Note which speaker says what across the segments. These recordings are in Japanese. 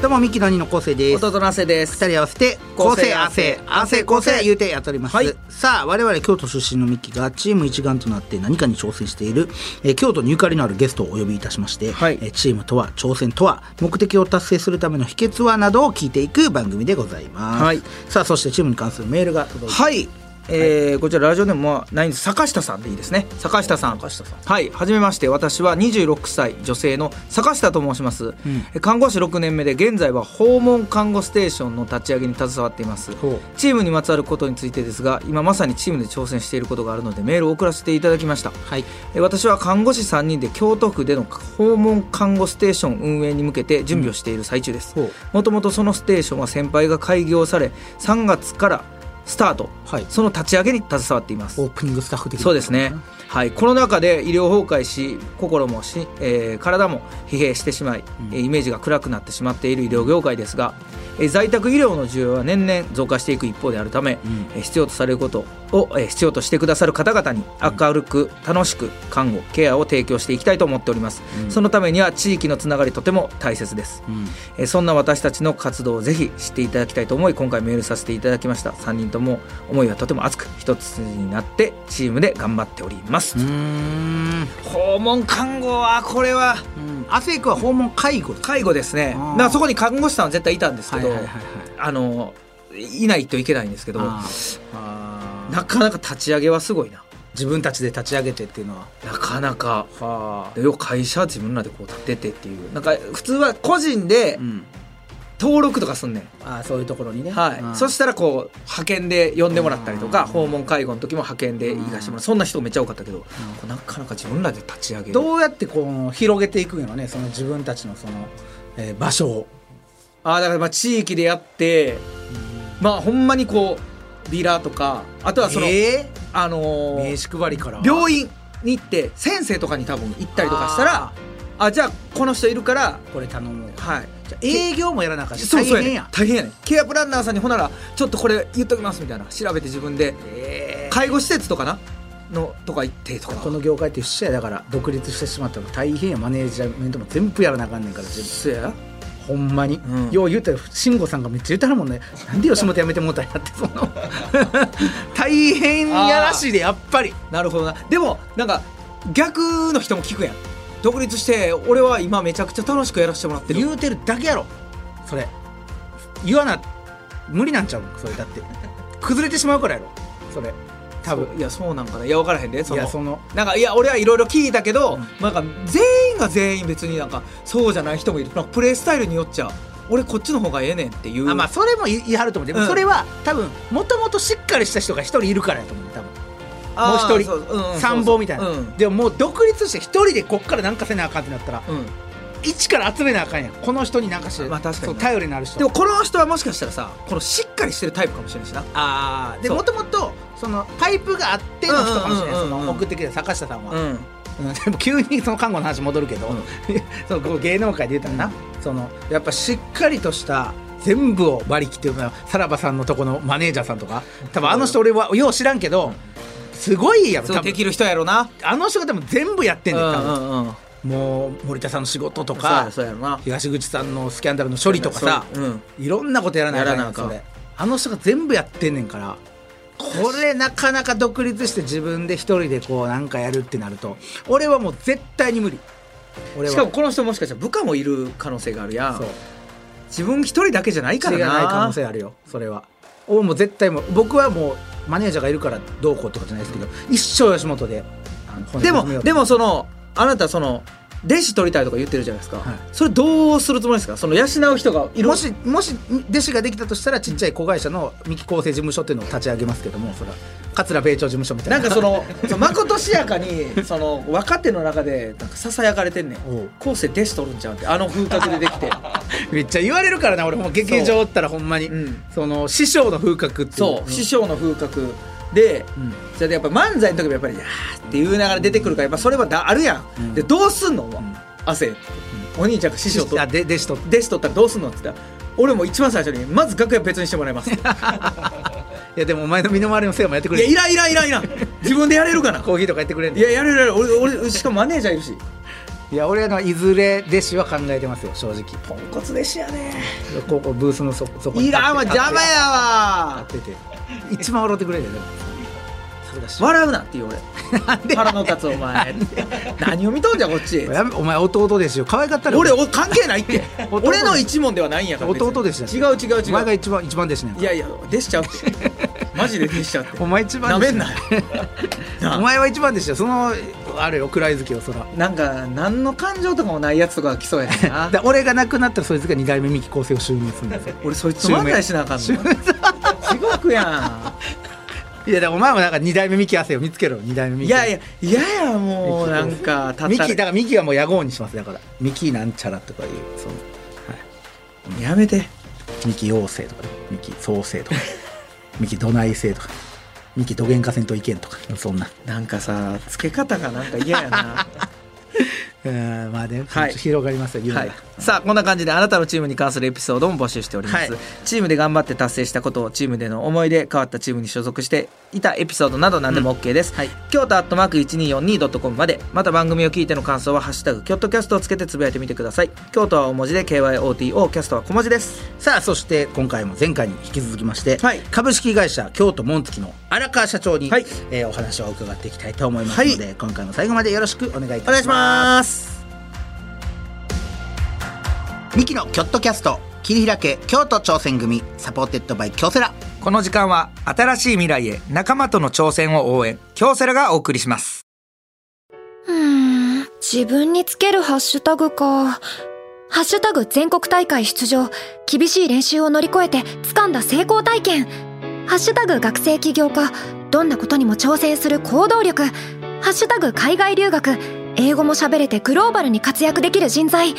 Speaker 1: どうもミキの二の構成です
Speaker 2: 弟の汗です。
Speaker 1: 二人合わせて構成汗汗構成言うてやっております、
Speaker 2: はい
Speaker 1: さあ我々京都出身のミッキーがチーム一丸となって何かに挑戦している、えー京都にゆかりのあるゲストをお呼びいたしまして、
Speaker 2: はい
Speaker 1: えーチームとは挑戦とは目的を達成するための秘訣はなどを聞いていく番組でございます、
Speaker 2: はい
Speaker 1: さあそしてチームに関するメールが届いてます
Speaker 2: はい。えーこちらラジオでもまあないんです坂下さんでいいですね坂下さん
Speaker 1: 坂下さん
Speaker 2: はいはじめまして私は26歳女性の坂下と申します、え看護師6年目で現在は訪問看護ステーションの立ち上げに携わっています
Speaker 1: ほう
Speaker 2: チームにまつわることについてですが今まさにチームで挑戦していることがあるのでメールを送らせていただきました
Speaker 1: はい
Speaker 2: え私は看護師3人で京都府での訪問看護ステーション運営に向けて準備をしている最中です
Speaker 1: うんほう
Speaker 2: もともとそのステーションは先輩が開業され3月からスタート、
Speaker 1: はい
Speaker 2: その立ち上げに携わっています
Speaker 1: オープニングスタッフ的な
Speaker 2: そうですね、はい、コロナ禍で医療崩壊し心もし、えー体も疲弊してしまい、えーイメージが暗くなってしまっている医療業界ですが、えー在宅医療の需要は年々増加していく一方であるため、
Speaker 1: ん
Speaker 2: えー必要とされることを、えー必要としてくださる方々に明るく楽しく看護ケアを提供していきたいと思っております、そのためには地域のつながりとても大切です、
Speaker 1: うん
Speaker 2: えーそんな私たちの活動をぜひ知っていただきたいと思い今回メールさせていただきました3人とも思いはとても熱く一つになってチームで頑張っております、
Speaker 1: うーん
Speaker 2: 訪問看護はこれは
Speaker 1: うん汗くは訪問介護
Speaker 2: 介護ですね
Speaker 1: あー
Speaker 2: だからそこに看護師さんは絶対いたんですけど、
Speaker 1: はいはいはいはい
Speaker 2: あのいないといけないんですけど
Speaker 1: あ
Speaker 2: なかなか立ち上げはすごいな
Speaker 1: 自分たちで立ち上げてっていうのは
Speaker 2: なかなか要は会社は自分らでこう立ててっていうなんか普通は個人で
Speaker 1: うん
Speaker 2: 登録とかすんねん、
Speaker 1: あーそういうところにね
Speaker 2: はい
Speaker 1: うん
Speaker 2: そしたらこう派遣で呼んでもらったりと
Speaker 1: うん
Speaker 2: か訪問介護の時も派遣で行かしてもらうそんな人めっちゃ多かったけど、こうなかなか自分らで立ち上げる
Speaker 1: どうやってこう広げていくんやろねその自分たちのその、えー場所を
Speaker 2: ああだからまあ地域でやって、まあほんまにこうビラとかあとはその、
Speaker 1: え
Speaker 2: あのー
Speaker 1: 名刺配りから
Speaker 2: 病院に行って先生とかに多分行ったりとかしたらあじゃあこの人いるから
Speaker 1: これ頼むよ
Speaker 2: はいじゃあ
Speaker 1: 営業もやらなあかった
Speaker 2: そうそうやね
Speaker 1: 変
Speaker 2: ん
Speaker 1: や
Speaker 2: 大変やねんケアプランナーさんにほんならちょっとこれ言っときますみたいな調べて自分で
Speaker 1: え
Speaker 2: 介護施設とかなのとか行ってとか
Speaker 1: ーこの業界って一緒やだから独立してしまったら大変やマネージメントも全部やらなあかんねんから全部
Speaker 2: そうや
Speaker 1: ほんまに、
Speaker 2: うん
Speaker 1: よう言うたら慎吾さんがめっちゃ言うたるもんねなんで吉本辞めてもうたんやってその大変やらしいでやっぱり
Speaker 2: なるほどなでもなんか逆の人も聞くやん独立して俺は今めちゃくちゃ楽しくやらせてもらってる
Speaker 1: 言うてるだけやろそれ言わな無理なんちゃうそれだって崩れてしまうからやろそれ多分
Speaker 2: いやそうなんかないや分からへんでそ
Speaker 1: い
Speaker 2: の
Speaker 1: やその
Speaker 2: なんかいや俺はいろいろ聞いたけど、
Speaker 1: うん
Speaker 2: なんか全員が全員別になんかそうじゃない人もいるなんかプレースタイルによっちゃ俺こっちの方がええねんっていう
Speaker 1: あまあそれも言いはると思うでも
Speaker 2: うん
Speaker 1: それは多分もともとしっかりした人が一人いるからやと思う多分もう
Speaker 2: あー
Speaker 1: 一
Speaker 2: そううんうん
Speaker 1: 人参謀みたいな、
Speaker 2: そうそううん
Speaker 1: でももう独立して一人でこっからなんかせなあかんってなったら
Speaker 2: うん
Speaker 1: 一から集めなあかんやんこの人になんかして、
Speaker 2: まあ確かにな
Speaker 1: そう頼りのある人
Speaker 2: でもこの人はもしかしたらさこのしっかりしてるタイプかもしれないしな
Speaker 1: あーで
Speaker 2: そう
Speaker 1: もともとそのタイプがあっての人かもしれない、
Speaker 2: うんうんうんうん
Speaker 1: その目的で坂下さんは、
Speaker 2: ん
Speaker 1: うんでも急にその看護の話戻るけど、
Speaker 2: うん
Speaker 1: そのこう芸能界で言ったらな、そのやっぱしっかりとした全部を馬力っていうのはさらばさんのとこのマネージャーさんとか多分あの人俺はよう知らんけどすごいやろ
Speaker 2: そう
Speaker 1: 多
Speaker 2: で
Speaker 1: 分
Speaker 2: きる人やろな
Speaker 1: あの人が多分全部やってんねん多分、
Speaker 2: うんうん
Speaker 1: もう森田さんの仕事と
Speaker 2: そう
Speaker 1: か
Speaker 2: やそうやろな
Speaker 1: 東口さんのスキャンダルの処理とかさ、
Speaker 2: そううん
Speaker 1: いろんなことやらなあかん
Speaker 2: や
Speaker 1: や
Speaker 2: らなんあかん
Speaker 1: それあの人が全部やってんねんからこれなかなか独立して自分で一人でこうなんかやるってなると俺はもう絶対に無理俺は
Speaker 2: しかもこの人もしかしたら部下もいる可能性があるやん
Speaker 1: そう
Speaker 2: 自分一人だけじゃないから
Speaker 1: 違い
Speaker 2: な
Speaker 1: ない可能性あるよそれはおもう絶対もう僕はもうマネージャーがいるからどうこうとかじゃないですけど一生吉本であの骨
Speaker 2: で
Speaker 1: 詰めよ
Speaker 2: も
Speaker 1: う
Speaker 2: でもそのあなたその弟子取りたいとか言ってるじゃないですか、
Speaker 1: はい
Speaker 2: それどうするつもりですかその養う人がいる
Speaker 1: もしもし弟子ができたとしたらちっちゃい子会社の三木構成事務所っていうのを立ち上げますけどもそれは桂米朝事務所みたい
Speaker 2: な
Speaker 1: なん
Speaker 2: かそのそのまことしやかにその若手の中でなんかささやかれてんねん
Speaker 1: おう
Speaker 2: 後世弟子取るんちゃうってあの風格でできて
Speaker 1: めっちゃ言われるからな俺も劇場おったらほんまにそ,、
Speaker 2: うん
Speaker 1: の師匠の風格っていう
Speaker 2: そう、
Speaker 1: ん
Speaker 2: 師匠の風格で、
Speaker 1: うん
Speaker 2: それでやっぱ漫才の時もやっぱり「あー」って言いながら出てくるからやっぱそれはだあるやん、
Speaker 1: うん
Speaker 2: でどうすんの、汗お兄ちゃんが師匠と
Speaker 1: あで弟子と
Speaker 2: 弟子取ったらどうすんのって言ったら俺も一番最初にまず楽屋別にしてもらいますい
Speaker 1: いやでもお前の身の回りの世話もやってくれ
Speaker 2: や
Speaker 1: る
Speaker 2: いらんいらんいらんいらん自分でやれるかな
Speaker 1: コーヒーとかやってくれる
Speaker 2: いややれるやれる俺俺しかもマネージャーいるし
Speaker 1: いや俺らのいずれ弟子は考えてますよ正直
Speaker 2: ポンコツ弟子やね
Speaker 1: ここブースのそそこに
Speaker 2: いらんわ
Speaker 1: 立って
Speaker 2: 邪魔やわ
Speaker 1: 立ってて一番笑ってくれるよでもそれがし
Speaker 2: 笑うなって言う俺
Speaker 1: なんで
Speaker 2: 腹の立つお前何を見とんじゃんこっち
Speaker 1: やめお前弟弟子よ可愛か ったら
Speaker 2: 俺お関係ないって
Speaker 1: 弟
Speaker 2: 俺の一問ではないんやから別に
Speaker 1: 弟弟子だし
Speaker 2: 違う違う違
Speaker 1: お前が
Speaker 2: う
Speaker 1: 一番一番弟子ねん
Speaker 2: いやいや弟子ちゃう ってマジで弟子ちゃうって
Speaker 1: お前一番
Speaker 2: な
Speaker 1: 弟
Speaker 2: め
Speaker 1: 子
Speaker 2: んな なあ
Speaker 1: お前は一番弟子よそのあるよ暗い好きよそら
Speaker 2: なんか何の感情とかもないやつとかが来そうやねん な
Speaker 1: だ俺が亡くなったらそいつが二代目三木昴生を襲名するんですよ
Speaker 2: 俺そいつと漫才しなあ かんの
Speaker 1: 襲
Speaker 2: 地獄や
Speaker 1: いやだからお前もなんか二代目三木亜生を見つけろよ二代目
Speaker 2: ん
Speaker 1: 三 木
Speaker 2: いやいやいややもうなんかた
Speaker 1: ミ
Speaker 2: た
Speaker 1: キだからミキはもう野号にしますだからミキなんちゃらとかいうその、はい、
Speaker 2: やめて
Speaker 1: ミキ妖精とかミキ創生 とかミキどない生とかミキどげんかせんといけんとかそん な
Speaker 2: なんかさ付け方がなんか嫌やな
Speaker 1: うんまあね、
Speaker 2: はい
Speaker 1: 広がりますよ夢が、
Speaker 2: はい、さあこんな感じであなたのチームに関するエピソードも募集しております、
Speaker 1: はい
Speaker 2: チームで頑張って達成したことをチームでの思い出変わったチームに所属していたエピソードなど何でも OK です、
Speaker 1: はい
Speaker 2: 京都アットマーク 1242.com までまた番組を聞いての感想は「ハッシュタグキョットキャスト」をつけてつぶやいてみてください京都は大文字で KYOTO キャストは小文字です
Speaker 1: さあそして今回も前回に引き続きまして、
Speaker 2: はい
Speaker 1: 株式会社京都紋付の荒川社長に、
Speaker 2: はい
Speaker 1: えーお話を伺っていきたいと思いますので、今回も最後までよろしくお願いいたします
Speaker 2: す
Speaker 1: ミキのキョットキャスト切り開け京都挑戦組サポーテッドバイ京セラ
Speaker 2: この時間は新しい未来へ仲間との挑戦を応援京セラがお送りします
Speaker 3: うーん自分につけるハッシュタグか。ハッシュタグ全国大会出場。厳しい練習を乗り越えて掴んだ成功体験。ハッシュタグ学生起業家。どんなことにも挑戦する行動力。ハッシュタグ海外留学。英語も喋れてグローバルに活躍できる人材。って、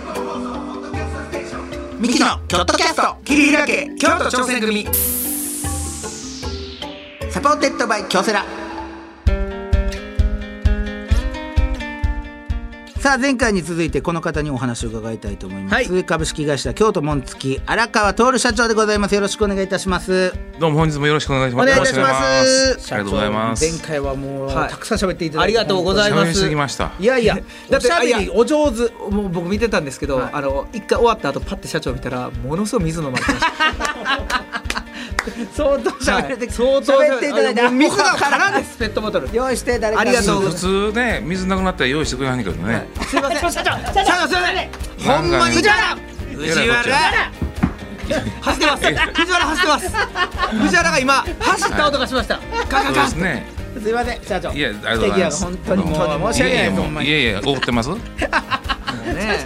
Speaker 1: ミキのキョットキャスト切り開け京都挑戦組サポーテッドバイ京セラさあ前回に続いてこの方にお話を伺いたいと思います、
Speaker 2: はい
Speaker 1: 株式会社京都紋付き荒川徹社長でございますよろしくお願いいたします
Speaker 4: どうも本日もよろしくお願いしま
Speaker 2: お
Speaker 4: す。
Speaker 2: 願いいたします
Speaker 4: よろしくお願いしますありがとうございます。
Speaker 1: 前回はもう、
Speaker 2: はい
Speaker 1: たくさん喋っていただいて
Speaker 2: ありがとうござい
Speaker 4: 喋
Speaker 2: ます
Speaker 4: りすぎました。
Speaker 1: いや いや
Speaker 2: だ
Speaker 1: だ
Speaker 2: っ
Speaker 1: ってておしゃべ
Speaker 2: あい
Speaker 1: り
Speaker 2: や
Speaker 1: お上手
Speaker 2: もう僕見てたんですけど、
Speaker 1: はい
Speaker 2: あの一回終わった後パッて社長見たらものすごい水飲まれてました
Speaker 1: 相当喋れて、
Speaker 2: はい
Speaker 1: 相当喋っていただいて
Speaker 2: あのもう水が
Speaker 1: から
Speaker 2: 空ですペットボトルすい
Speaker 1: 用意して誰か
Speaker 2: ありがとうございま
Speaker 4: 普通ね水なくなったら用意してくれはんねんけどね。
Speaker 2: ません社長社長すいません
Speaker 4: ほんまに。藤原。
Speaker 2: 藤原走ってます藤原走ってます藤原が今走った音がしましたガガ
Speaker 4: そうで
Speaker 2: ガ
Speaker 4: すね。
Speaker 1: すいません社長
Speaker 4: いやありがとうございます。
Speaker 1: 素敵や本当にもう
Speaker 4: ども
Speaker 1: 申し訳ないです
Speaker 4: ややもう
Speaker 1: ほんまに
Speaker 4: いやいや怒ってます。
Speaker 2: ね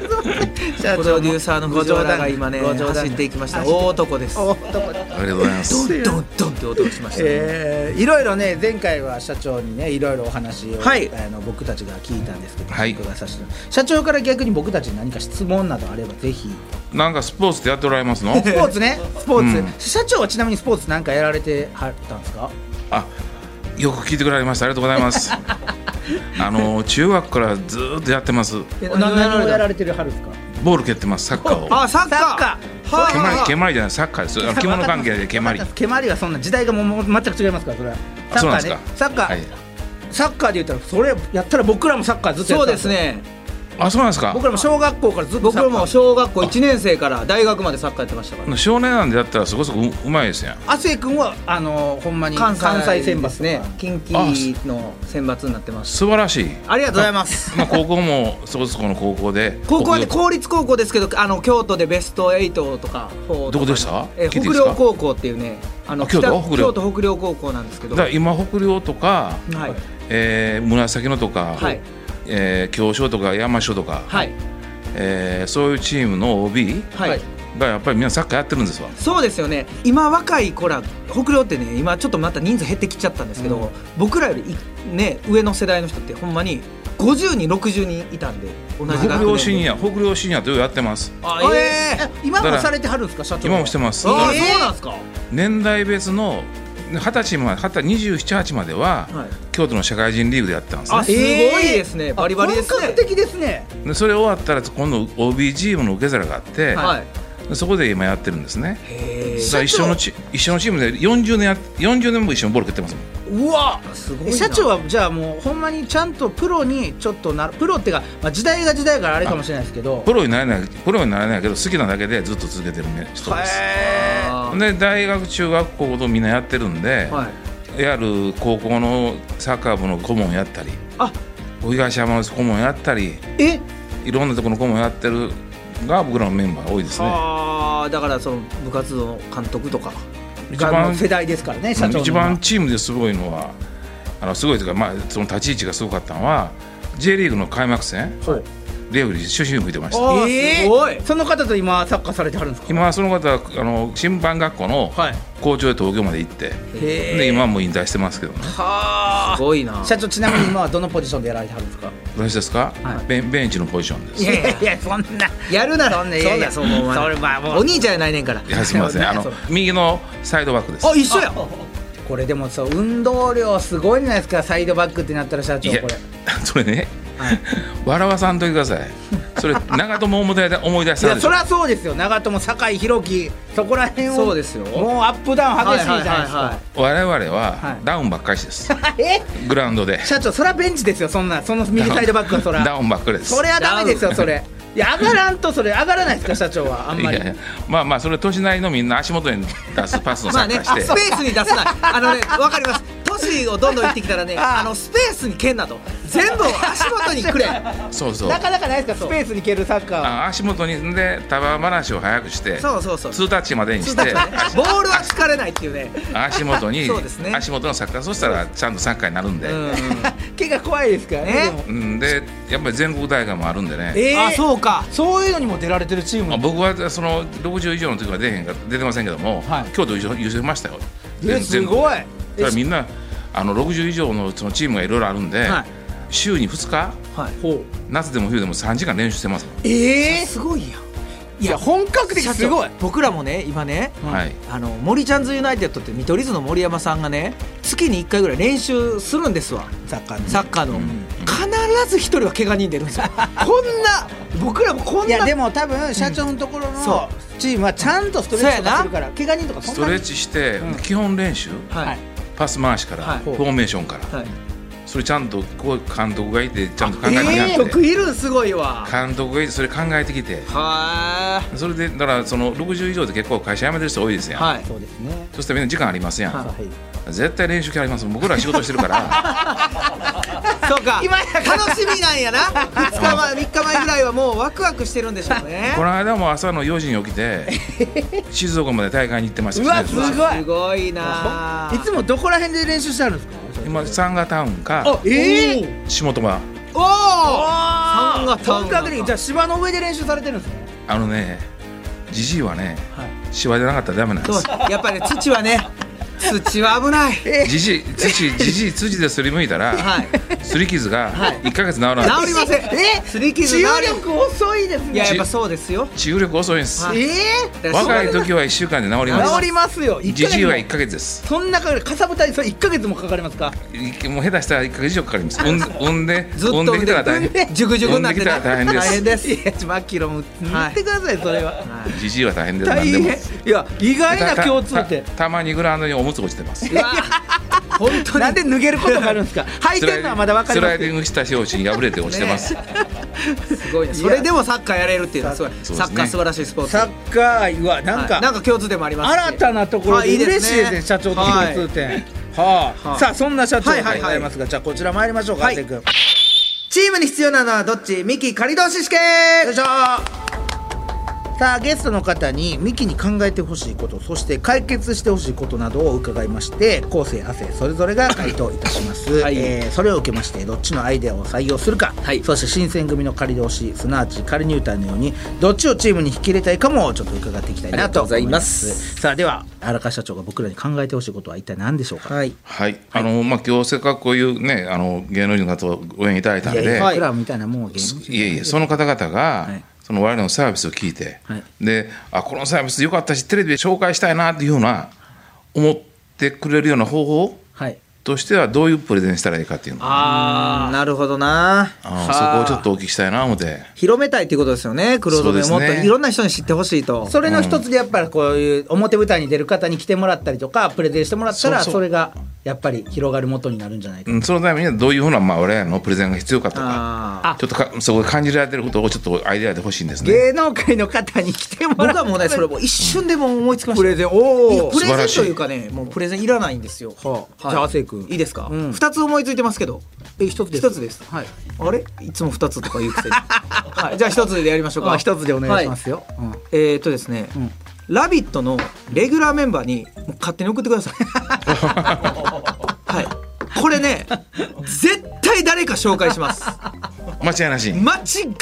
Speaker 1: 社
Speaker 2: プロデューサーの藤原が今ね
Speaker 1: ご冗談
Speaker 2: 走っていきました
Speaker 1: 走って
Speaker 2: 大男です
Speaker 1: お
Speaker 2: ド
Speaker 1: 男だ
Speaker 4: ありがとうございます。
Speaker 2: ンドンドンって音がしましたね
Speaker 1: えーいろいろね前回は社長にねいろいろお話を、
Speaker 2: はい
Speaker 1: あの僕たちが聞いたんですけど、
Speaker 4: はい
Speaker 1: 伺いさせて社長から逆に僕たちに何か質問などあればぜひ
Speaker 4: なんかスポーツってやっておら れますの？
Speaker 1: スポーツねスポーツ、
Speaker 4: うん
Speaker 1: 社長はちなみにスポーツ何かやられてはったんですか
Speaker 4: あ、よく聞いてくれました。ありがとうございます。あの中学からずーっとやってます。
Speaker 1: え
Speaker 2: 何をやられた
Speaker 1: 何をやられてるはるですか
Speaker 4: ボール蹴ってますサッカーを。
Speaker 2: あサッカーは
Speaker 4: 蹴
Speaker 2: いはい
Speaker 4: まり
Speaker 2: はい
Speaker 4: 蹴まりじゃないサッカーです。あの着物関係で蹴まり。
Speaker 1: 蹴まりはそんな時代がもうもう全く違いますからそれは
Speaker 4: あそうなんですか。
Speaker 1: サッカー
Speaker 4: は
Speaker 1: ね
Speaker 4: い
Speaker 1: サッカーで言ったらそれやったら僕らもサッカーずっとや
Speaker 2: そ
Speaker 1: っ
Speaker 2: う
Speaker 1: てたん
Speaker 2: ですね
Speaker 4: あ、そうなんですか。
Speaker 1: 僕らも小学校からずっと
Speaker 2: 僕
Speaker 1: サッカ
Speaker 2: ら
Speaker 1: ー
Speaker 2: も小学校1年生から大学までサッカーやってましたから
Speaker 4: 少年なんでやったらそこそこううまいですやん。
Speaker 1: 亜生君はあのほんまに関西選抜と
Speaker 2: で
Speaker 1: か
Speaker 2: すね近畿の選抜になってます
Speaker 4: 素晴らしい。
Speaker 2: ありがとうございます
Speaker 4: まあ高校も そこそこの高校で
Speaker 2: 高校で
Speaker 4: 僕
Speaker 2: 公立高校ですけどあの京都でベスト8とかど
Speaker 4: どこでした
Speaker 2: えー
Speaker 4: 聞いて
Speaker 2: 北
Speaker 4: いいですか
Speaker 2: 陵高校っていうねあの
Speaker 4: あ京都
Speaker 2: 北
Speaker 4: 北
Speaker 2: 京
Speaker 4: 陵
Speaker 2: 都北陵高校なんですけど
Speaker 4: だから今北陵とか、
Speaker 2: はい
Speaker 4: えー、紫野とか、
Speaker 2: はい
Speaker 4: えー京商とか山商とか、
Speaker 2: はい
Speaker 4: えーそういうチームの OB
Speaker 2: はい、
Speaker 1: はい
Speaker 4: がやっぱりみんなサッカーやってるんですわ。
Speaker 2: そうですよね今若い子ら北陵ってね今ちょっとまた人数減ってきちゃったんですけど、僕らよりいね上の世代の人ってほんまに50人60人いたんで同じ学
Speaker 4: 北
Speaker 2: 年
Speaker 4: 陵
Speaker 2: で
Speaker 4: シニア、北陵シニアというのやってます。
Speaker 2: あ
Speaker 1: え
Speaker 2: え
Speaker 1: え今
Speaker 4: だか
Speaker 1: も
Speaker 4: ら
Speaker 1: されてはるんですか社長
Speaker 4: 今もしてます
Speaker 2: ー、あー
Speaker 1: えー
Speaker 2: そうなんですか、
Speaker 4: 年代別の二十歳まで、二十七八までは、
Speaker 2: はい
Speaker 4: 京都の社会人リーグでやってたんですね
Speaker 2: あ。すごいですね
Speaker 1: えー
Speaker 2: バリバリですね
Speaker 1: あ本格的ですね
Speaker 4: でそれ終わったら今度 OB チームの受け皿があって、
Speaker 2: はい
Speaker 4: でそこで今やってるんですね。
Speaker 2: へ
Speaker 4: さあ一緒のチ一緒のチームで40年や40年も一緒にボール蹴ってますもん。
Speaker 1: うわ
Speaker 2: えすごい
Speaker 1: え
Speaker 2: な
Speaker 1: 社長はじゃあもうほんまにちゃんとプロにちょっとなプロっていうか、まあ、時代が時代からあれかもしれないですけど
Speaker 4: プロになれないプロになれないけど好きなだけでずっと続けてるね人です。
Speaker 1: へ
Speaker 2: あー
Speaker 4: で大学中学校とみんなやってるんで、
Speaker 2: はい
Speaker 4: やる高校のサッカー部の顧問やったり
Speaker 1: あ
Speaker 4: 東山の顧問やったり
Speaker 1: ええ
Speaker 4: いろんなところの顧問やってるが僕らのメンバー多いですね。
Speaker 2: あーだからその部活動の監督とか
Speaker 4: 一
Speaker 1: がもう
Speaker 4: 番
Speaker 1: 世代ですからね社長の
Speaker 4: 一番チームですごいのはあのすごいというか、まあ、その立ち位置がすごかったのは J リーグの開幕戦
Speaker 1: はい
Speaker 4: レフェリー主審を吹いてまし
Speaker 1: あ
Speaker 4: た
Speaker 1: ー
Speaker 2: えー
Speaker 1: すごいその方と今サッカーされてはるんですか
Speaker 4: 今はその方はあの審判学校の
Speaker 1: はい
Speaker 4: 校長で東京まで行って、
Speaker 1: へ
Speaker 4: で今はもう引退してますけどね
Speaker 2: すごいな
Speaker 1: 社長ちなみに今はどのポジションでやられてはるんですか
Speaker 4: 私ですか、
Speaker 2: はい
Speaker 4: ベンベンチのポジションです
Speaker 1: いやいやそんな
Speaker 2: やるならそんない
Speaker 1: やいや
Speaker 2: そんなそんな
Speaker 1: それまあもう
Speaker 2: お兄ちゃんやないねんから
Speaker 4: いやすみませんあの
Speaker 1: そう
Speaker 4: 右のサイドバックです
Speaker 2: あ一緒や
Speaker 1: これでもそう運動量すごいじゃないですかサイドバックってなったら社長
Speaker 4: いや
Speaker 1: これ
Speaker 4: それね、笑わさんといてくださいそれ 長友思い出思い出し
Speaker 1: い
Speaker 4: た
Speaker 1: や
Speaker 4: でしょ
Speaker 1: そりゃそうですよ長友酒井宏樹そこら辺を
Speaker 2: そうですよ
Speaker 1: もうアップダウン激しいじゃないです
Speaker 2: はいはいはいは
Speaker 1: か
Speaker 2: い
Speaker 4: 我々は
Speaker 1: はい
Speaker 4: ダウンばっかりです
Speaker 1: え
Speaker 4: グラウンドで
Speaker 1: 社長そりゃベンチですよそんなその右サイドバックはそり
Speaker 4: ダ
Speaker 1: ゃ
Speaker 4: ウンばっかりです
Speaker 1: それはダメですよそれいや上がらんとそれ上がらないですか社長はあん
Speaker 4: い
Speaker 1: ま
Speaker 4: や
Speaker 1: り
Speaker 4: いやまあまあそれ年なりのみんな足元に出すパスの
Speaker 2: ま
Speaker 4: サ
Speaker 2: あ
Speaker 4: ッ
Speaker 2: ね
Speaker 4: カー
Speaker 2: あ ス
Speaker 4: して、
Speaker 2: ペースに出さないあのねわかります都市をどんどん行ってきたらねあのスペースに蹴んなと全部を足元にくれ
Speaker 4: そうそう
Speaker 1: なかなかないですかスペースに蹴るサッカーは
Speaker 4: あ足元にんで球話を早くして
Speaker 2: そうそうそう
Speaker 4: 2タッチまでにして
Speaker 2: ボールは敷かれないっていうね
Speaker 4: 足元に、
Speaker 2: そうですね
Speaker 4: 足元のサッカーそしたらちゃんとサッカーになるんで、
Speaker 2: うん
Speaker 1: 毛が怖いですからね
Speaker 2: ね
Speaker 1: でも
Speaker 4: うん、でやっぱり全国大会もあるんでね、
Speaker 1: えー
Speaker 2: あそうか
Speaker 1: そういうのにも出られてるチーム
Speaker 4: まあ、僕はその60以上の時は出へんか出てませんけども、
Speaker 1: はい
Speaker 4: 京都優勝優勝しましたよ。
Speaker 1: えすごい
Speaker 4: 全国でだからみんなあの60以上のそのチームがいろいろあるんで、
Speaker 2: はい
Speaker 4: 週に2日
Speaker 2: はい
Speaker 1: ほ
Speaker 4: 夏でも冬でも3時間練習してます、
Speaker 1: うえー
Speaker 2: すごいやん
Speaker 1: いや本格的すごい
Speaker 2: 社長僕らもね今ね
Speaker 4: はい
Speaker 2: あの森ちゃんズユナイテッドって見取り図の森山さんがね月に1回ぐらい練習するんですわ
Speaker 1: サッカーの
Speaker 2: サッカーの、必ず一人は怪我人出るんですよ こんな僕らもこん
Speaker 1: いや
Speaker 2: な
Speaker 1: でも多分社長のところ
Speaker 2: そ
Speaker 1: のチームはちゃんとストレッチとかするから怪我人とかそ
Speaker 4: ス
Speaker 1: ん
Speaker 4: ト
Speaker 1: な
Speaker 4: レ
Speaker 1: に
Speaker 4: ッチして、
Speaker 1: うん
Speaker 4: 基本練習
Speaker 2: はい
Speaker 4: パス回しから、
Speaker 2: はい
Speaker 4: フォーメーションから、
Speaker 2: はい
Speaker 4: それちゃんとこう監督がいてちゃんと考えて
Speaker 2: え
Speaker 4: や
Speaker 2: え
Speaker 4: って、
Speaker 2: 得意るすごいわ
Speaker 4: 監督がいてそれ考えてきて
Speaker 2: は
Speaker 4: それでだからその60以上で結構会社辞めてる人多いです
Speaker 2: い
Speaker 4: やん、
Speaker 2: はい
Speaker 1: そうですね
Speaker 4: そしたらみんな時間ありますやん、
Speaker 2: は
Speaker 4: 絶対練習系あります僕ら仕事してるから
Speaker 2: そうか
Speaker 1: 今やから
Speaker 2: 楽しみなんやな2日前3日前ぐらいはもうワクワクしてるんでしょうね
Speaker 4: この間も朝の4時に起きて静岡まで大会に行ってました
Speaker 1: うわ
Speaker 4: 静岡
Speaker 1: すごい
Speaker 2: すごいない
Speaker 1: つもどこら辺で練習してあるんですか
Speaker 4: 今サンガタウンか
Speaker 1: ええ
Speaker 4: 下鳥羽
Speaker 2: おお
Speaker 1: あ
Speaker 2: 山
Speaker 1: あ
Speaker 2: 形
Speaker 1: 本格的じゃあ芝の上で練習されてるんですね
Speaker 4: あのねじじいはね、芝でなかったらダメなんで
Speaker 2: そう
Speaker 4: す
Speaker 2: やっぱりね土はね土は危ない
Speaker 4: じじい土じじい土ですりむいたら、
Speaker 2: はい
Speaker 4: すり傷が1か月治らない、
Speaker 2: 治りませんえすり
Speaker 1: 治
Speaker 2: 傷治る
Speaker 1: 癒力遅いです
Speaker 2: いや
Speaker 1: ね
Speaker 2: やっぱそうですよ
Speaker 4: 治癒力遅いんです
Speaker 2: はい
Speaker 1: え
Speaker 2: だから
Speaker 4: 若い時は1週間で治り
Speaker 1: え
Speaker 4: ま
Speaker 1: 治りますよ
Speaker 4: す
Speaker 1: 一
Speaker 4: じ
Speaker 1: ヶ
Speaker 4: じ
Speaker 1: 月
Speaker 4: い
Speaker 1: も
Speaker 4: は1か月です
Speaker 1: そんなかかるかさぶたにそれ1か月もかかりますか
Speaker 4: いもう下手したら1か月以上かかります産ん産んで
Speaker 2: ずっと
Speaker 4: 産んできたら大
Speaker 2: 産んで
Speaker 4: 変
Speaker 2: ジュグジュグになってね
Speaker 4: 産んできたら大変です
Speaker 2: 大変です
Speaker 1: いやちょマッキーロも言ってくださいそれは
Speaker 4: じじいは大変です
Speaker 1: 大
Speaker 4: 何で
Speaker 1: 変
Speaker 4: も
Speaker 1: いや意外な共通点
Speaker 4: たたたまにグラウンドにおむつ落ちてます
Speaker 2: うわ本当に
Speaker 1: なんで脱げることがあるんですか 履いてるのはまだわかり
Speaker 4: ス
Speaker 1: ま
Speaker 4: ラ
Speaker 1: す
Speaker 4: イデ
Speaker 1: け
Speaker 4: ィ
Speaker 1: ど
Speaker 4: ングした表紙に破れて落ちてます、
Speaker 2: すごいねそれでもサッカーやれるっていうのはすごい
Speaker 4: そうです
Speaker 2: サ
Speaker 4: ね
Speaker 2: ッカー素晴らしいスポーツ
Speaker 1: サッカー愛はなん
Speaker 2: はい
Speaker 1: か
Speaker 2: なんか共通でもありますし
Speaker 1: 新たなところ
Speaker 2: はいい
Speaker 1: で
Speaker 2: いで
Speaker 1: 嬉し
Speaker 2: す
Speaker 1: い
Speaker 2: ね
Speaker 1: ですね社長と共通点は
Speaker 2: は
Speaker 1: あ
Speaker 2: い
Speaker 1: さあそんな社長
Speaker 2: は
Speaker 1: で
Speaker 2: い
Speaker 1: ご
Speaker 2: はいはい
Speaker 1: ざいますがじゃあこちら参りましょうか
Speaker 2: はい
Speaker 1: 安定君
Speaker 2: チームに必要なのはどっちミキ仮同士試験
Speaker 1: よいしょさあゲストの方にミキに考えてほしいことそして解決してほしいことなどを伺いまして昴生亜生それぞれが回答いたします、
Speaker 2: はい
Speaker 1: えーそれを受けましてどっちのアイデアを採用するか、
Speaker 2: はい
Speaker 1: そして新選組の仮同士すなわち仮入隊のようにどっちをチームに引き入れたいかもちょっと伺っていきたいなと思います
Speaker 2: ありがとうございます
Speaker 1: さあでは荒川社長が僕らに考えてほしいことは一体何でしょうか、
Speaker 2: はい
Speaker 4: はい、あのまあ今日せっかくこういうねあの芸能人の方をご縁いただいたん
Speaker 1: いや
Speaker 4: で
Speaker 1: いや
Speaker 2: はい
Speaker 1: 僕らみたいなもんは芸能人
Speaker 4: いえいえその方々が、
Speaker 1: はい
Speaker 4: その我々のサービスを聞いて、
Speaker 1: はい
Speaker 4: であこのサービス良かったしテレビで紹介したいなというような思ってくれるような方法
Speaker 1: はい
Speaker 4: としてはどういうプレゼンしたらいいかっていうの
Speaker 2: あなるほどな
Speaker 4: あのそこをちょっとお聞きしたいな思って
Speaker 2: 広めたいっていうことですよね黒染めをも
Speaker 4: そう
Speaker 2: っ
Speaker 4: で
Speaker 2: と
Speaker 4: すね
Speaker 2: いろんな人に知ってほしいと
Speaker 1: それの一つでやっぱりこういう表舞台に出る方に来てもらったりとかプレゼンしてもらったら
Speaker 4: そうそう
Speaker 1: それがやっぱり広がる元になるんじゃないか
Speaker 4: うんそのためにはどういうふうな、まあ、我々のプレゼンが必要かと
Speaker 2: あ
Speaker 4: かちょっとかそこで感じられてることをちょっとアイデアで欲しいんですね。
Speaker 1: 芸能界の方に来てもら
Speaker 2: 僕
Speaker 1: った
Speaker 2: は
Speaker 1: ら
Speaker 2: もうねそれもう一瞬でもう思いつきました
Speaker 1: プレゼンおお
Speaker 2: いやプ
Speaker 4: 素晴
Speaker 2: レ
Speaker 4: ら
Speaker 2: ゼ
Speaker 4: し
Speaker 2: ン
Speaker 4: い
Speaker 2: というかねもうプレゼンいらないんですよ、は
Speaker 1: あじゃあ亜生君
Speaker 2: いいですか、
Speaker 1: うん
Speaker 2: 2つ思いついてますけど
Speaker 1: え一つです
Speaker 2: 一つです
Speaker 1: はい
Speaker 2: あれいつも2つとか言うくせ に、はい、じゃあ1つでやりましょう
Speaker 1: ま
Speaker 2: か
Speaker 1: あ一つでお願いしますよ
Speaker 2: は
Speaker 1: うん
Speaker 2: えーっとですね、ラビット!」のレギュラーメンバーにもう勝手に送っ てくださいはいこれね絶対誰か紹介します
Speaker 4: 間違いなしに
Speaker 2: 間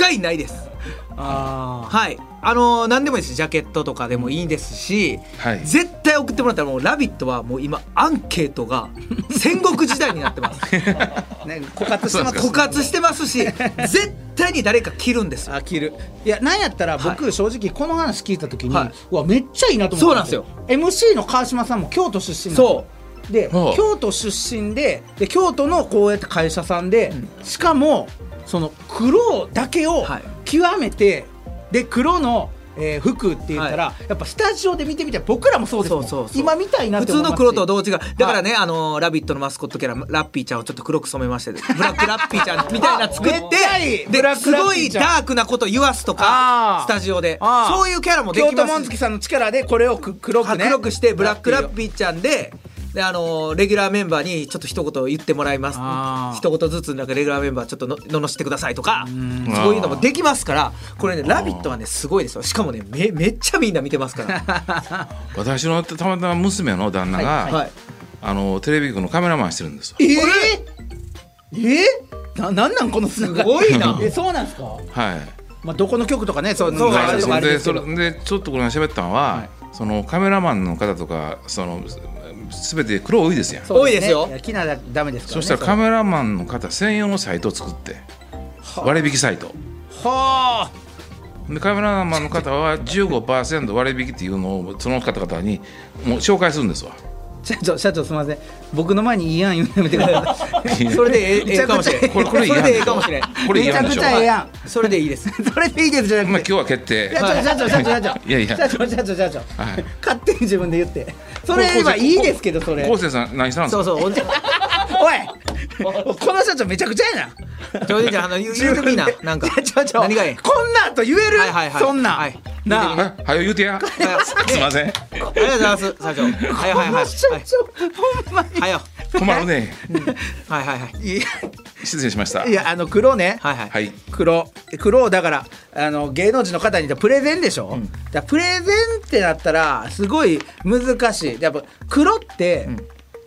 Speaker 2: 違いないです
Speaker 1: あ
Speaker 2: はいあのー何でもいいですジャケットとかでもいいですし、
Speaker 4: はい
Speaker 2: 絶対送ってもらったらもう「ラビット!」はもう今アンケートが戦国時代になっ てます
Speaker 1: あね枯渇してます
Speaker 2: 枯渇してますし絶対に誰か着るんですよ
Speaker 1: あ切るいやなんやったら僕正直この話聞いた時に、
Speaker 2: はいう
Speaker 1: わめっちゃいいなと思ったよ MC の川島さんも京都出身なんですよ
Speaker 2: そう
Speaker 1: で
Speaker 4: はあ
Speaker 1: 京都出身でで京都のこうやって会社さんで、しかもその黒だけを
Speaker 2: はい
Speaker 1: 極めて、で黒の、えー服って言ったら、やっぱスタジオで見てみて僕らもそうですもん
Speaker 2: そうそうそう
Speaker 1: 今みたいなっ
Speaker 2: 普
Speaker 1: て思
Speaker 2: 通
Speaker 1: います
Speaker 2: の黒とはどう違うだからね、あのーラビット!」のマスコットキャララッピーちゃんをちょっと黒く染めましてブラックラッピーちゃんみたいな作っ
Speaker 1: めっちゃい
Speaker 2: て
Speaker 1: いブラッ
Speaker 2: で
Speaker 1: ク
Speaker 2: す
Speaker 1: ラッ
Speaker 2: ご
Speaker 1: ピ
Speaker 2: い
Speaker 1: ーちゃん
Speaker 2: ダークなこと言わすと
Speaker 1: あ
Speaker 2: か
Speaker 1: ー
Speaker 2: スタジオで
Speaker 1: あー
Speaker 2: そういうキャラもで
Speaker 1: 京
Speaker 2: き
Speaker 1: 都
Speaker 2: ます
Speaker 1: 紋月さんの力でこれをく黒くね
Speaker 2: 黒くしてブラックラッ
Speaker 1: ピ
Speaker 2: ピーちゃんでであのーレギュラーメンバーにちょっと一言言ってもらいます
Speaker 1: あー
Speaker 2: 一言ずつなんかレギュラーメンバーちょっとの罵ってくださいとかそういうのもできますからこれね「ラビット!」はねすごいですよしかもねめめっちゃみんな見てます から、
Speaker 4: 私のたまたま娘の旦那が、
Speaker 2: はい、
Speaker 4: あのテレビ局のカメラマンしてるんですよ
Speaker 1: ーえー、えー、ななんなんこのす
Speaker 2: すご いな
Speaker 1: えそうなんですか
Speaker 4: はい
Speaker 1: まあどこの局とかねそう
Speaker 2: そう
Speaker 1: あれとかあれ
Speaker 4: で
Speaker 1: です
Speaker 4: そ
Speaker 1: けど
Speaker 4: れでちょっとこれ喋ったのは、そのカメラマンの方とかそのすべて黒多いですやんそ,、
Speaker 1: そうね
Speaker 2: 多いですよ
Speaker 1: いやキナダダメですから、ね、
Speaker 4: したらカメラマンの方専用のサイトを作って割引サイト
Speaker 1: はあ
Speaker 4: でカメラマンの方は15%割引っていうのをその方々にもう紹介するんですわ
Speaker 1: 社長社長すみません僕の前にいい案言うのやめてください
Speaker 2: それ でええええかもしれん
Speaker 4: これこれいい
Speaker 2: そ
Speaker 4: やん
Speaker 2: れでええかもしれん
Speaker 4: これいい
Speaker 1: めち
Speaker 4: や
Speaker 1: ゃ
Speaker 4: んで
Speaker 1: く
Speaker 4: しょ
Speaker 1: ちゃええや
Speaker 2: それでいいです
Speaker 1: んそれでいいですじゃ
Speaker 4: まあ
Speaker 1: な
Speaker 4: 今
Speaker 1: く
Speaker 4: 日
Speaker 1: て
Speaker 4: は決定
Speaker 1: 社長社長社長社長
Speaker 4: いやいや
Speaker 1: 社長社長社長
Speaker 4: はい
Speaker 1: 勝手に自分で言ってそれはいいですけどそれお
Speaker 4: 昴
Speaker 1: い
Speaker 4: 生さん何したんです
Speaker 2: そ
Speaker 4: か
Speaker 2: うそうおじちょ
Speaker 1: この社長めちゃくちゃや
Speaker 2: いちゃんあの言う言うてみななんか
Speaker 1: な社長
Speaker 2: 何がええ
Speaker 1: こんなと言える
Speaker 2: はいはいはい
Speaker 1: そんな
Speaker 2: はい
Speaker 1: んなあ
Speaker 4: えはよ言うてやすいません
Speaker 2: ありがとうございます社長はいはいはいはい
Speaker 1: 社長ほんまに
Speaker 2: はいよ
Speaker 4: 困るね
Speaker 2: はいはいはい
Speaker 1: い
Speaker 4: 失礼しました
Speaker 1: やいやあの黒ね
Speaker 2: はいはい
Speaker 4: はい
Speaker 1: 黒黒をだからあの芸能人の方に言ったらプレゼンでしょ、だからプレゼンってなったらすごい難しいやっぱ黒って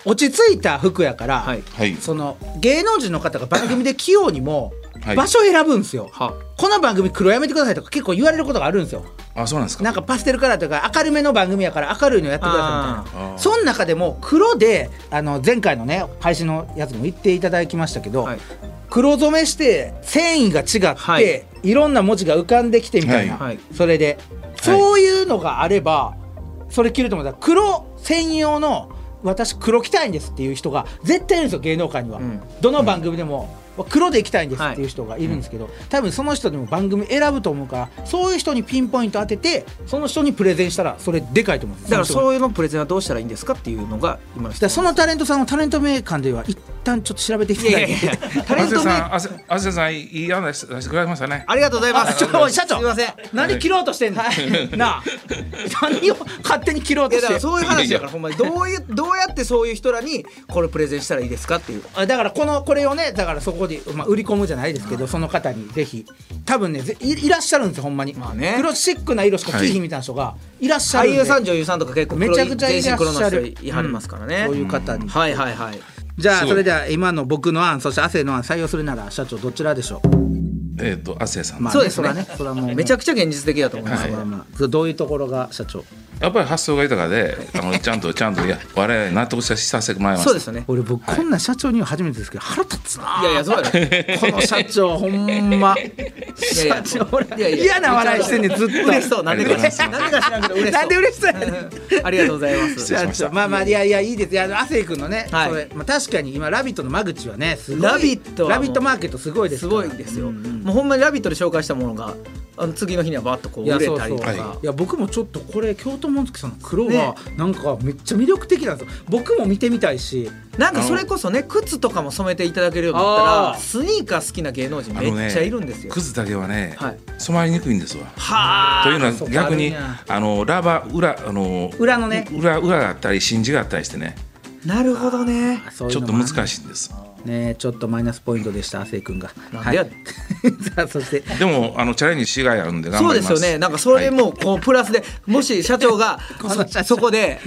Speaker 1: 落ち着いた服やから、
Speaker 2: はい
Speaker 4: はい
Speaker 1: その芸能人の方が番組で器用にも
Speaker 4: はい
Speaker 1: 場所選ぶんですよ、
Speaker 2: は
Speaker 1: この番組黒やめてくださいとか結構言われることがあるんですよ
Speaker 4: あそうなんですか
Speaker 1: なんかパステルカラーというか明るめの番組やから明るいのやってくださいみたい
Speaker 4: あ
Speaker 1: な
Speaker 4: ー
Speaker 1: その中でも黒であの前回のね配信のやつも言っていただきましたけど、
Speaker 2: はい
Speaker 1: 黒染めして繊維が違って、
Speaker 2: はい
Speaker 1: い、ろんな文字が浮かんできてみたいな、
Speaker 4: はい
Speaker 2: はい
Speaker 1: それで、そういうのがあればそれ着ると思ったら黒専用の私黒着たいんですっていう人が絶対いるんですよ芸能界には、
Speaker 2: ん
Speaker 1: どの番組でも。黒で行きたいんですっていう人がいるんですけど、多分その人でも番組選ぶと思うからそういう人にピンポイント当ててその人にプレゼンしたらそれでかいと思うんです
Speaker 2: だから
Speaker 1: その人が
Speaker 2: そういうのプレゼンはどうしたらいいんですかっていうのが今の
Speaker 1: だ
Speaker 2: 質
Speaker 1: から
Speaker 2: 問
Speaker 1: そのタレントさんをタレント名間では一旦ちょっと調べていた
Speaker 2: い
Speaker 1: だ
Speaker 2: や
Speaker 1: い
Speaker 2: いやい
Speaker 1: て
Speaker 2: やタレント
Speaker 4: 亜生さ
Speaker 2: 名
Speaker 4: ん亜生亜生さんいい案内してくれましたね
Speaker 2: ありがとうございま
Speaker 1: あ
Speaker 2: す
Speaker 1: ちょっと社長
Speaker 2: すいません
Speaker 1: 何切ろうとしてんの、 なあ何を勝手に切ろう
Speaker 2: い
Speaker 1: と
Speaker 2: や
Speaker 1: し
Speaker 2: だ
Speaker 1: て
Speaker 2: か
Speaker 1: る
Speaker 2: らそういう話だからほんまにどういうどうやってそういう人らにこれプレゼンしたらいいですかっていう
Speaker 1: あだからこのこれをねだからそこで、まあ、売り込むじゃないですけど、その方にぜひ多分ねぜいいらっしゃるんですよほんまに、
Speaker 2: まあね
Speaker 1: 黒シックな色しか着ひんみたいな人がいらっしゃる
Speaker 2: 俳
Speaker 1: んで、
Speaker 2: 優さん女優さんとか結構黒い
Speaker 1: めちゃくちゃいらっし
Speaker 2: 全
Speaker 1: ゃ
Speaker 2: 身
Speaker 1: る
Speaker 2: 黒の人いはりますからね、
Speaker 1: うんそういう方に
Speaker 2: はいはいはい
Speaker 1: じゃ
Speaker 4: す
Speaker 1: あ
Speaker 4: ごい
Speaker 1: それでは今の僕の案そして亜生の案採用するなら社長どちらでしょう、
Speaker 4: えっと亜生さん
Speaker 1: まあ
Speaker 2: そうですね
Speaker 1: れはそれはもう
Speaker 2: めちゃくちゃ現実的だと思います、
Speaker 4: はい
Speaker 1: まあまあどういうところが社長
Speaker 4: やっぱり発想が豊かであのちゃんとちゃんといや我々納得したしさせてもらいまし
Speaker 2: そ
Speaker 4: た
Speaker 2: うですよね
Speaker 1: 俺僕こんな社長には初めてですけど腹立つない
Speaker 2: やいやそう やね
Speaker 1: この社長ほんま
Speaker 2: いや
Speaker 1: 社長俺
Speaker 2: いやいや
Speaker 1: 嫌な笑いしてんねんずっと
Speaker 2: 嬉しそうなんでか
Speaker 4: 嬉し
Speaker 2: なんでか知らんけど嬉しそう
Speaker 1: なんで嬉しそうやねん
Speaker 2: ありがとうございま
Speaker 4: 失礼
Speaker 2: す
Speaker 4: しました
Speaker 1: まあまあいやいやいいですいや亜生君のね、
Speaker 2: はい
Speaker 1: それまあ、確かに今「ラビット!」の間口はねすごい
Speaker 2: ラビットはも
Speaker 1: ラ
Speaker 2: う
Speaker 1: ビットマーケットすごいです
Speaker 2: す
Speaker 1: から
Speaker 2: ごいですよ、もうほんまに「ラビット!」で紹介したものがあの次の日にはバッとこう
Speaker 1: いや
Speaker 2: 売れ
Speaker 1: そう
Speaker 2: た
Speaker 1: そ
Speaker 2: り
Speaker 1: う、
Speaker 2: とか
Speaker 1: い、
Speaker 4: は
Speaker 1: や僕もちょっとこれ京都紋付さんの黒
Speaker 2: ね
Speaker 1: がなんかめっちゃ魅力的なんですよ僕も見てみたいし
Speaker 2: なんかそれこそね靴とかも染めていただけるようになった
Speaker 1: あ
Speaker 2: ら
Speaker 1: ー
Speaker 2: スニーカー好きな芸能人
Speaker 4: あ
Speaker 2: め
Speaker 4: の
Speaker 2: っちゃいるんですよ、
Speaker 4: クズだけはね、
Speaker 2: はい
Speaker 4: 染まりにくいんですわ
Speaker 2: はあ
Speaker 4: というのは
Speaker 1: そう
Speaker 4: 逆に
Speaker 1: あるな
Speaker 4: あのラバー裏あの
Speaker 1: 裏のね
Speaker 4: 裏裏があったり真珠があったりしてね
Speaker 2: なるほどね
Speaker 1: そうい
Speaker 4: ち
Speaker 1: う
Speaker 4: ょっ
Speaker 1: の
Speaker 4: と
Speaker 1: もある
Speaker 4: 難しいんです
Speaker 1: ねちょっとマイナスポイントでした亜生君が
Speaker 2: なんでや
Speaker 1: はい さあそして
Speaker 4: でもあのチャレンジしがいあるんで頑
Speaker 2: そう
Speaker 4: 張り
Speaker 2: で
Speaker 4: ます
Speaker 2: すよねなんかそれもこうプラスでもし社長が
Speaker 1: の社長
Speaker 2: そそこで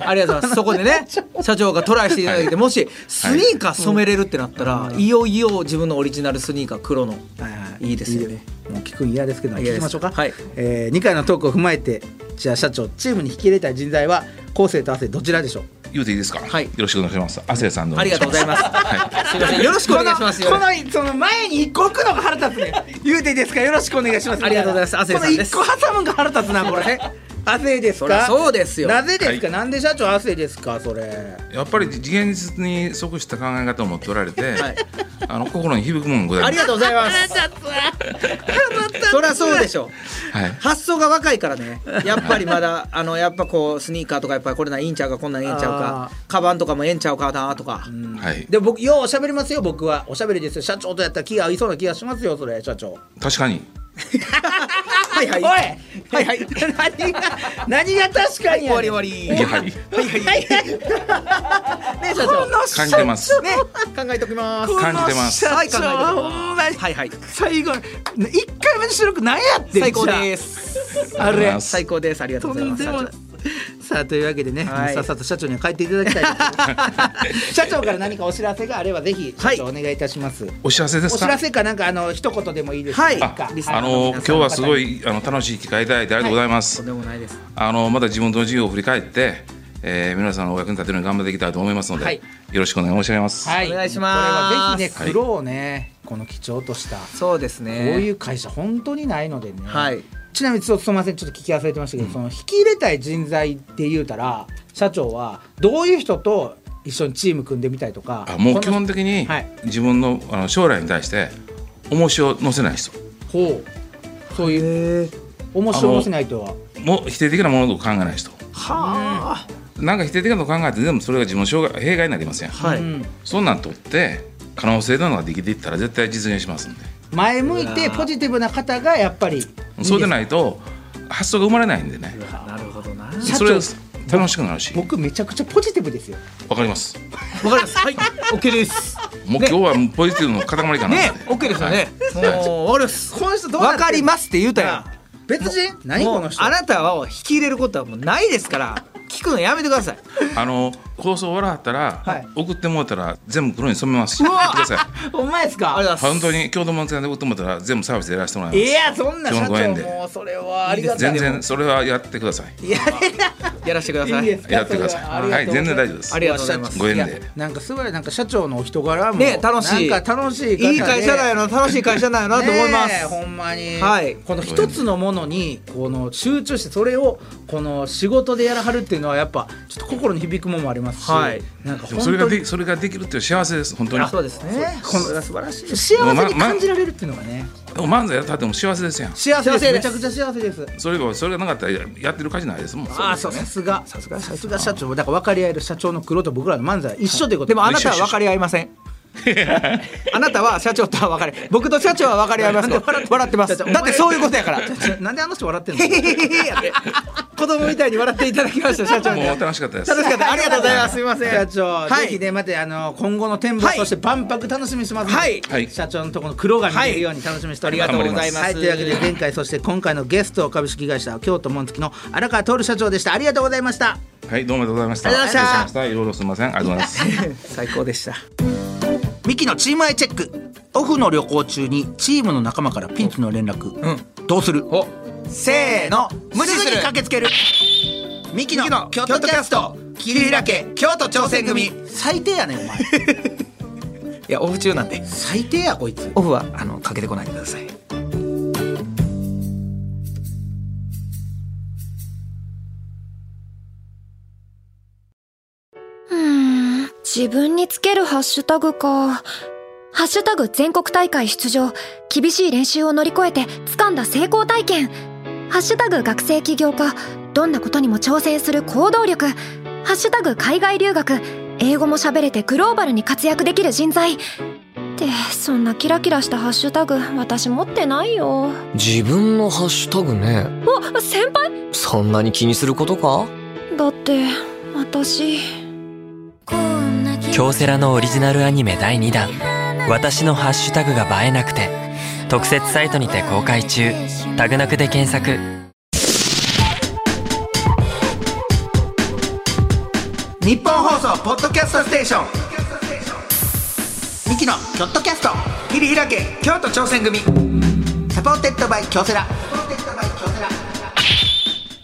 Speaker 2: ありがとうございますそこでね社長がトライしていただいてもしスニーカー染めれるってなったらいよいよ自分のオリジナルスニーカー黒の
Speaker 1: はいはい
Speaker 2: いいですよね
Speaker 1: もう聞くん嫌ですけど
Speaker 2: 嫌
Speaker 1: 聞
Speaker 2: です
Speaker 1: きましょうか、
Speaker 2: はい
Speaker 1: えー、2回のトークを踏まえてじゃあ社長チームに引き入れたい人材は昴生と亜生どちらでしょう
Speaker 4: 言うていいですか、
Speaker 2: はい
Speaker 4: よろしくお願いします亜生さんの
Speaker 2: ありがとうございますすいませんよろしくお願いします
Speaker 1: このこのその前に一個置くのが腹立つね言うていいですかよろしくお願いします
Speaker 2: ありがとうございます亜生さんです
Speaker 1: この一個挟むんが腹立つなこれ亜生です
Speaker 2: そりゃ
Speaker 1: か
Speaker 2: そうですよ
Speaker 1: なぜですか、
Speaker 4: はい
Speaker 1: なんで社長亜生ですかそれ
Speaker 4: やっぱり現実に即した考え方を持っておられて、
Speaker 2: はい
Speaker 4: あの心に響くもんござ
Speaker 2: あ
Speaker 4: い
Speaker 2: り
Speaker 4: ま
Speaker 2: がとうございますそりゃそうでしょ
Speaker 4: す。はい。
Speaker 2: 発想が若いからねやっぱりまだあのやっぱこうスニーカーとかやっぱりこれなんいいんちゃうかこんなんいいんちゃう
Speaker 1: あ
Speaker 2: かカバンとかもええんちゃうかなとか、
Speaker 4: はい。
Speaker 1: でも僕ようおしゃべりますよ僕はおしゃべりですよ社長とやったら気が合いそうな気がしますよそれ社長
Speaker 4: 確かに。
Speaker 2: はいはい
Speaker 1: おいはいはい 何が何が確かに
Speaker 2: 終
Speaker 1: や
Speaker 2: わ
Speaker 1: ねん
Speaker 2: り終わり
Speaker 4: いやはい。
Speaker 1: はいはい。ね社長。
Speaker 4: 感じてます。
Speaker 2: ね、考えときます。
Speaker 4: 感じてます
Speaker 1: この
Speaker 2: はい、
Speaker 1: 社長
Speaker 2: 考えとき
Speaker 1: は
Speaker 2: ま。
Speaker 1: ほんますに
Speaker 2: はいはい。
Speaker 1: 最後一回目の収録なんやってん。
Speaker 2: 最高ですす。
Speaker 1: あれ
Speaker 2: 最高です。ありがとう
Speaker 1: と
Speaker 2: ございま
Speaker 1: ん
Speaker 2: す。
Speaker 1: でもない
Speaker 2: 社。
Speaker 1: さあというわけでね、
Speaker 2: はい
Speaker 1: さっさと社長には帰っていただきたい 社長から何かお知らせがあればぜひ社長お願いいたします、
Speaker 4: お知らせで
Speaker 1: お
Speaker 4: す
Speaker 1: 知。
Speaker 4: から
Speaker 1: せかなんかあの一言でもいいです
Speaker 2: はい
Speaker 1: なんか
Speaker 4: あ
Speaker 1: リスナ
Speaker 4: あ
Speaker 1: ーの
Speaker 4: の
Speaker 1: 皆
Speaker 4: 今
Speaker 1: さ
Speaker 4: 日
Speaker 1: ん
Speaker 4: はすご
Speaker 1: 方に
Speaker 4: いあの楽しい機会いただいてありがとうございま
Speaker 2: 長と
Speaker 4: す
Speaker 2: ん。でもないです。
Speaker 4: あのまた自分の事業を振り返って、えー、皆さんのお役に立てるように頑張っていきたいと思いますので、
Speaker 1: はい
Speaker 4: よろしくお願い申し上げます。
Speaker 1: はい
Speaker 2: お願いします
Speaker 1: これはぜひ
Speaker 4: は
Speaker 1: ね
Speaker 4: い
Speaker 1: 黒をね、この貴重としたこ
Speaker 2: そうです
Speaker 1: う
Speaker 2: ね。
Speaker 1: いう会社本当にないのでね、
Speaker 2: はい
Speaker 1: ちなみにちょっとすみませんちょっと聞き忘れてましたけど、その引き入れたい人材って言うたら社長はどういう人と一緒にチーム組んでみたいとか
Speaker 4: あもう
Speaker 1: こ
Speaker 4: 基
Speaker 1: の
Speaker 4: 本的に
Speaker 1: はい
Speaker 4: 自分のあの将来に対して重しを乗せない人、
Speaker 1: ほうそういう面白もしないとは
Speaker 4: も否定的なものを考えない人。
Speaker 2: は
Speaker 4: なんか否定的なことを考えてでもそれが自分の障害弊害になりません、
Speaker 2: あ。は
Speaker 1: う
Speaker 2: い。
Speaker 1: ん
Speaker 4: そんなんとって可能性というのができていったら絶対実現しますんで
Speaker 1: 前向いてポジティブな方がやっぱりいいです
Speaker 4: そうでないと発想が生まれないんでね
Speaker 2: なるほどな。わか
Speaker 1: 社長
Speaker 4: それが楽しくなるし
Speaker 1: 僕めちゃくちゃポジティブですよ
Speaker 4: わかります
Speaker 2: ります。はい。オッケーです。
Speaker 4: もう今日はもうポジティブの塊かな
Speaker 2: ね、オッケーですよね。もうわかります。
Speaker 1: この人どうなっ
Speaker 2: わ
Speaker 1: てん
Speaker 2: かりますって言うたやん。
Speaker 1: 別人何
Speaker 2: もう
Speaker 1: この人
Speaker 2: あなたを引き入れることはもうないですから。聞くのやめてください。
Speaker 4: あの放送終わらはったら、
Speaker 1: はい
Speaker 4: 送ってもらったら全部黒に染めますし言ってくださ
Speaker 1: お前ですか
Speaker 2: ありがとうございま
Speaker 4: い
Speaker 2: す。
Speaker 4: 本当に京都漫才で送ってもらったら全部サービスでやらせてもらい
Speaker 1: い
Speaker 4: ます
Speaker 1: やそんな社
Speaker 4: 今日のご縁
Speaker 1: 長
Speaker 4: で
Speaker 1: もうそれはありがたい
Speaker 4: 全然それはやってください
Speaker 1: いや
Speaker 2: やらせてくださ
Speaker 1: いい
Speaker 2: い。
Speaker 1: ですか
Speaker 4: やってください
Speaker 1: それありが
Speaker 4: は
Speaker 1: とうご
Speaker 4: い
Speaker 1: ざ
Speaker 4: 全
Speaker 1: ます
Speaker 4: 然大丈夫です
Speaker 2: ありがとうございます。
Speaker 4: ご縁
Speaker 1: いや
Speaker 4: で
Speaker 1: なんかすごいなんか社長のお人柄も
Speaker 2: ね楽しい
Speaker 1: なんか楽しい方で
Speaker 2: いい会社だよな楽しい会社だよなと思いま
Speaker 1: ねえ
Speaker 2: す。
Speaker 1: ほんまに、
Speaker 2: はい
Speaker 1: この一つのものにこの集中してそれをこの仕事でやらはるっていうのはやっぱちょっと心に響くもんもありますますし、
Speaker 2: はい
Speaker 1: なんか
Speaker 4: でもそれ
Speaker 1: 本
Speaker 4: が
Speaker 1: 当に
Speaker 4: でそれができるっていう幸せです本当に
Speaker 2: あそうですねこれが素晴らしいです
Speaker 1: 幸せに感じられるっていうのがね、
Speaker 4: でも漫才やったっても幸せですやん
Speaker 1: 幸せです
Speaker 2: 幸
Speaker 1: め
Speaker 2: せで
Speaker 1: ち
Speaker 2: す
Speaker 1: ゃくちゃ幸せです
Speaker 4: それがそれがなかったらややってる価値ないですもん
Speaker 2: あそう
Speaker 1: さすがさすがさすが社長だから分かり合える社長の黒と僕らの漫才は一緒ということ
Speaker 2: でもあなたは分かり合いませんあなたは社長とは分かれ僕と社長は分かり合いますよ笑ってますだってそういうこと やから
Speaker 1: なんであの人笑ってんの
Speaker 2: 子供みたいに笑っていただきました社長に
Speaker 4: もう楽しかったです
Speaker 2: 楽しかったありがとうございますすいません
Speaker 1: 社長、
Speaker 2: はい
Speaker 1: ぜひねまたあの今後の展望、
Speaker 2: はい
Speaker 1: そして万博楽しみにしてますので
Speaker 2: はい
Speaker 4: はい
Speaker 1: 社長のところの黒が見えるように楽しみにしております、
Speaker 4: はいありがとうござい
Speaker 2: ます
Speaker 1: はいというわけで前回そして今回のゲスト株式会社京都紋付きの荒川徹社長でしたありがとうございました
Speaker 4: はいどうもありがとうございました
Speaker 1: ありがとうございました
Speaker 4: ありがとうございましたいろいろすみませんありがとうございます
Speaker 2: 最高でした
Speaker 1: ミキのチームアイチェックオフの旅行中にチームの仲間からピンチの連絡、
Speaker 2: うん
Speaker 1: どうする
Speaker 2: お
Speaker 1: せーの無
Speaker 2: 無視
Speaker 1: 視
Speaker 2: す
Speaker 1: に
Speaker 2: る
Speaker 1: 駆けつけるミキの
Speaker 2: ミキの
Speaker 1: 京都キャスト桐平家
Speaker 2: 京都挑戦組
Speaker 1: 最低やねんお前
Speaker 2: いやオフ中なんで
Speaker 1: 最低やこいつ
Speaker 2: オフはあのかけてこないでください
Speaker 3: 自分につけるハッシュタグか。ハッシュタグ全国大会出場。厳しい練習を乗り越えて掴んだ成功体験。ハッシュタグ学生起業家。どんなことにも挑戦する行動力。ハッシュタグ海外留学。英語も喋れてグローバルに活躍できる人材。って、そんなキラキラしたハッシュタグ、私持ってないよ。
Speaker 5: 自分のハッシュタグね
Speaker 3: あ、先輩
Speaker 5: そんなに気にすることか
Speaker 3: だって、私。
Speaker 6: 京セラのオリジナルアニメ第2弾「私のハッシュタグが映えなくて」特設サイトにて公開中タグなくで検索
Speaker 1: 日本放送ポッドキャストステーションミキのキョットキャスト桐平家京都挑戦組サポーテッドバイ京セラ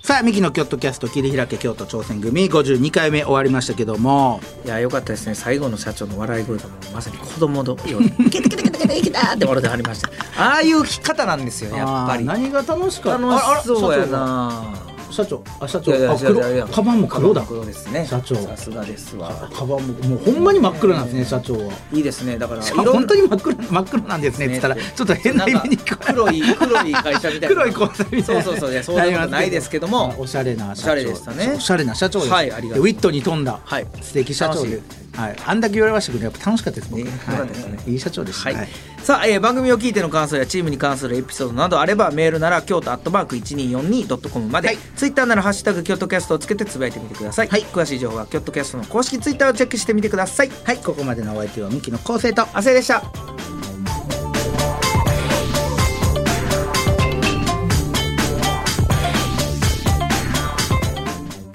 Speaker 1: さあミキのキョットキャスト桐平家京都挑戦組52回目終わりましたけども
Speaker 2: いや良かったですね最後の社長の笑い声がもうまさに子供のように「ケタケタケタケタケタ」って笑ってはりま したああいう聞き方なんですよ やっぱり
Speaker 1: あー何が楽しかった
Speaker 2: 楽しそうや
Speaker 1: あ
Speaker 2: な
Speaker 1: あら社長あ社
Speaker 2: い
Speaker 1: 長
Speaker 2: やいや
Speaker 1: あ
Speaker 2: いやいやいや
Speaker 1: 黒カバンも黒だ
Speaker 2: カバンも黒ですね
Speaker 1: 社長
Speaker 2: さすがですわ
Speaker 1: カバンももうほんまに真っ黒なんですね社長はい
Speaker 2: いですねだからいろん
Speaker 1: 本
Speaker 2: な
Speaker 1: 当に真っ黒真っ黒なんですねって言ったらちょっと変な意味に聞こえる
Speaker 2: 黒い黒い会社みたいな
Speaker 1: 黒い交際みたいな
Speaker 2: そうそうそういやそんなことないですけども
Speaker 1: おしゃれな社長
Speaker 2: おしゃれでしたね
Speaker 1: おしゃれな社長です
Speaker 2: はいありがとう
Speaker 1: でウィットに富んだ、
Speaker 2: はい
Speaker 1: 素敵社長で
Speaker 2: 楽
Speaker 1: はい、あんだけ言われましたけどやっぱ楽しかったです僕、
Speaker 2: ね
Speaker 1: は
Speaker 2: よかったですね
Speaker 1: い、いい社長でした、
Speaker 2: はい、
Speaker 1: はい
Speaker 2: さあ、えー番組を聞いての感想やチームに関するエピソードなどあればメールなら京都アットマーク 1242.com まで、
Speaker 1: はい
Speaker 2: ツイッターなら「ハッシュタグ京都キャスト」をつけてつぶやいてみてください、詳しい情報は京都キャストの公式ツイッターをチェックしてみてください
Speaker 1: はい、ここまでのお相手はミキの構成と
Speaker 2: 亜生でした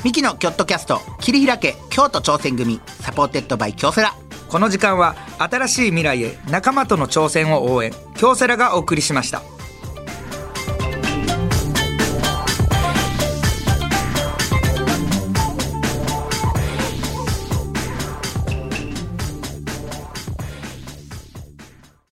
Speaker 1: ミキのキョットキャスト切り開け京都挑戦組サポーテッドバイ京セラ
Speaker 2: この時間は新しい未来へ仲間との挑戦を応援京セラがお送りしました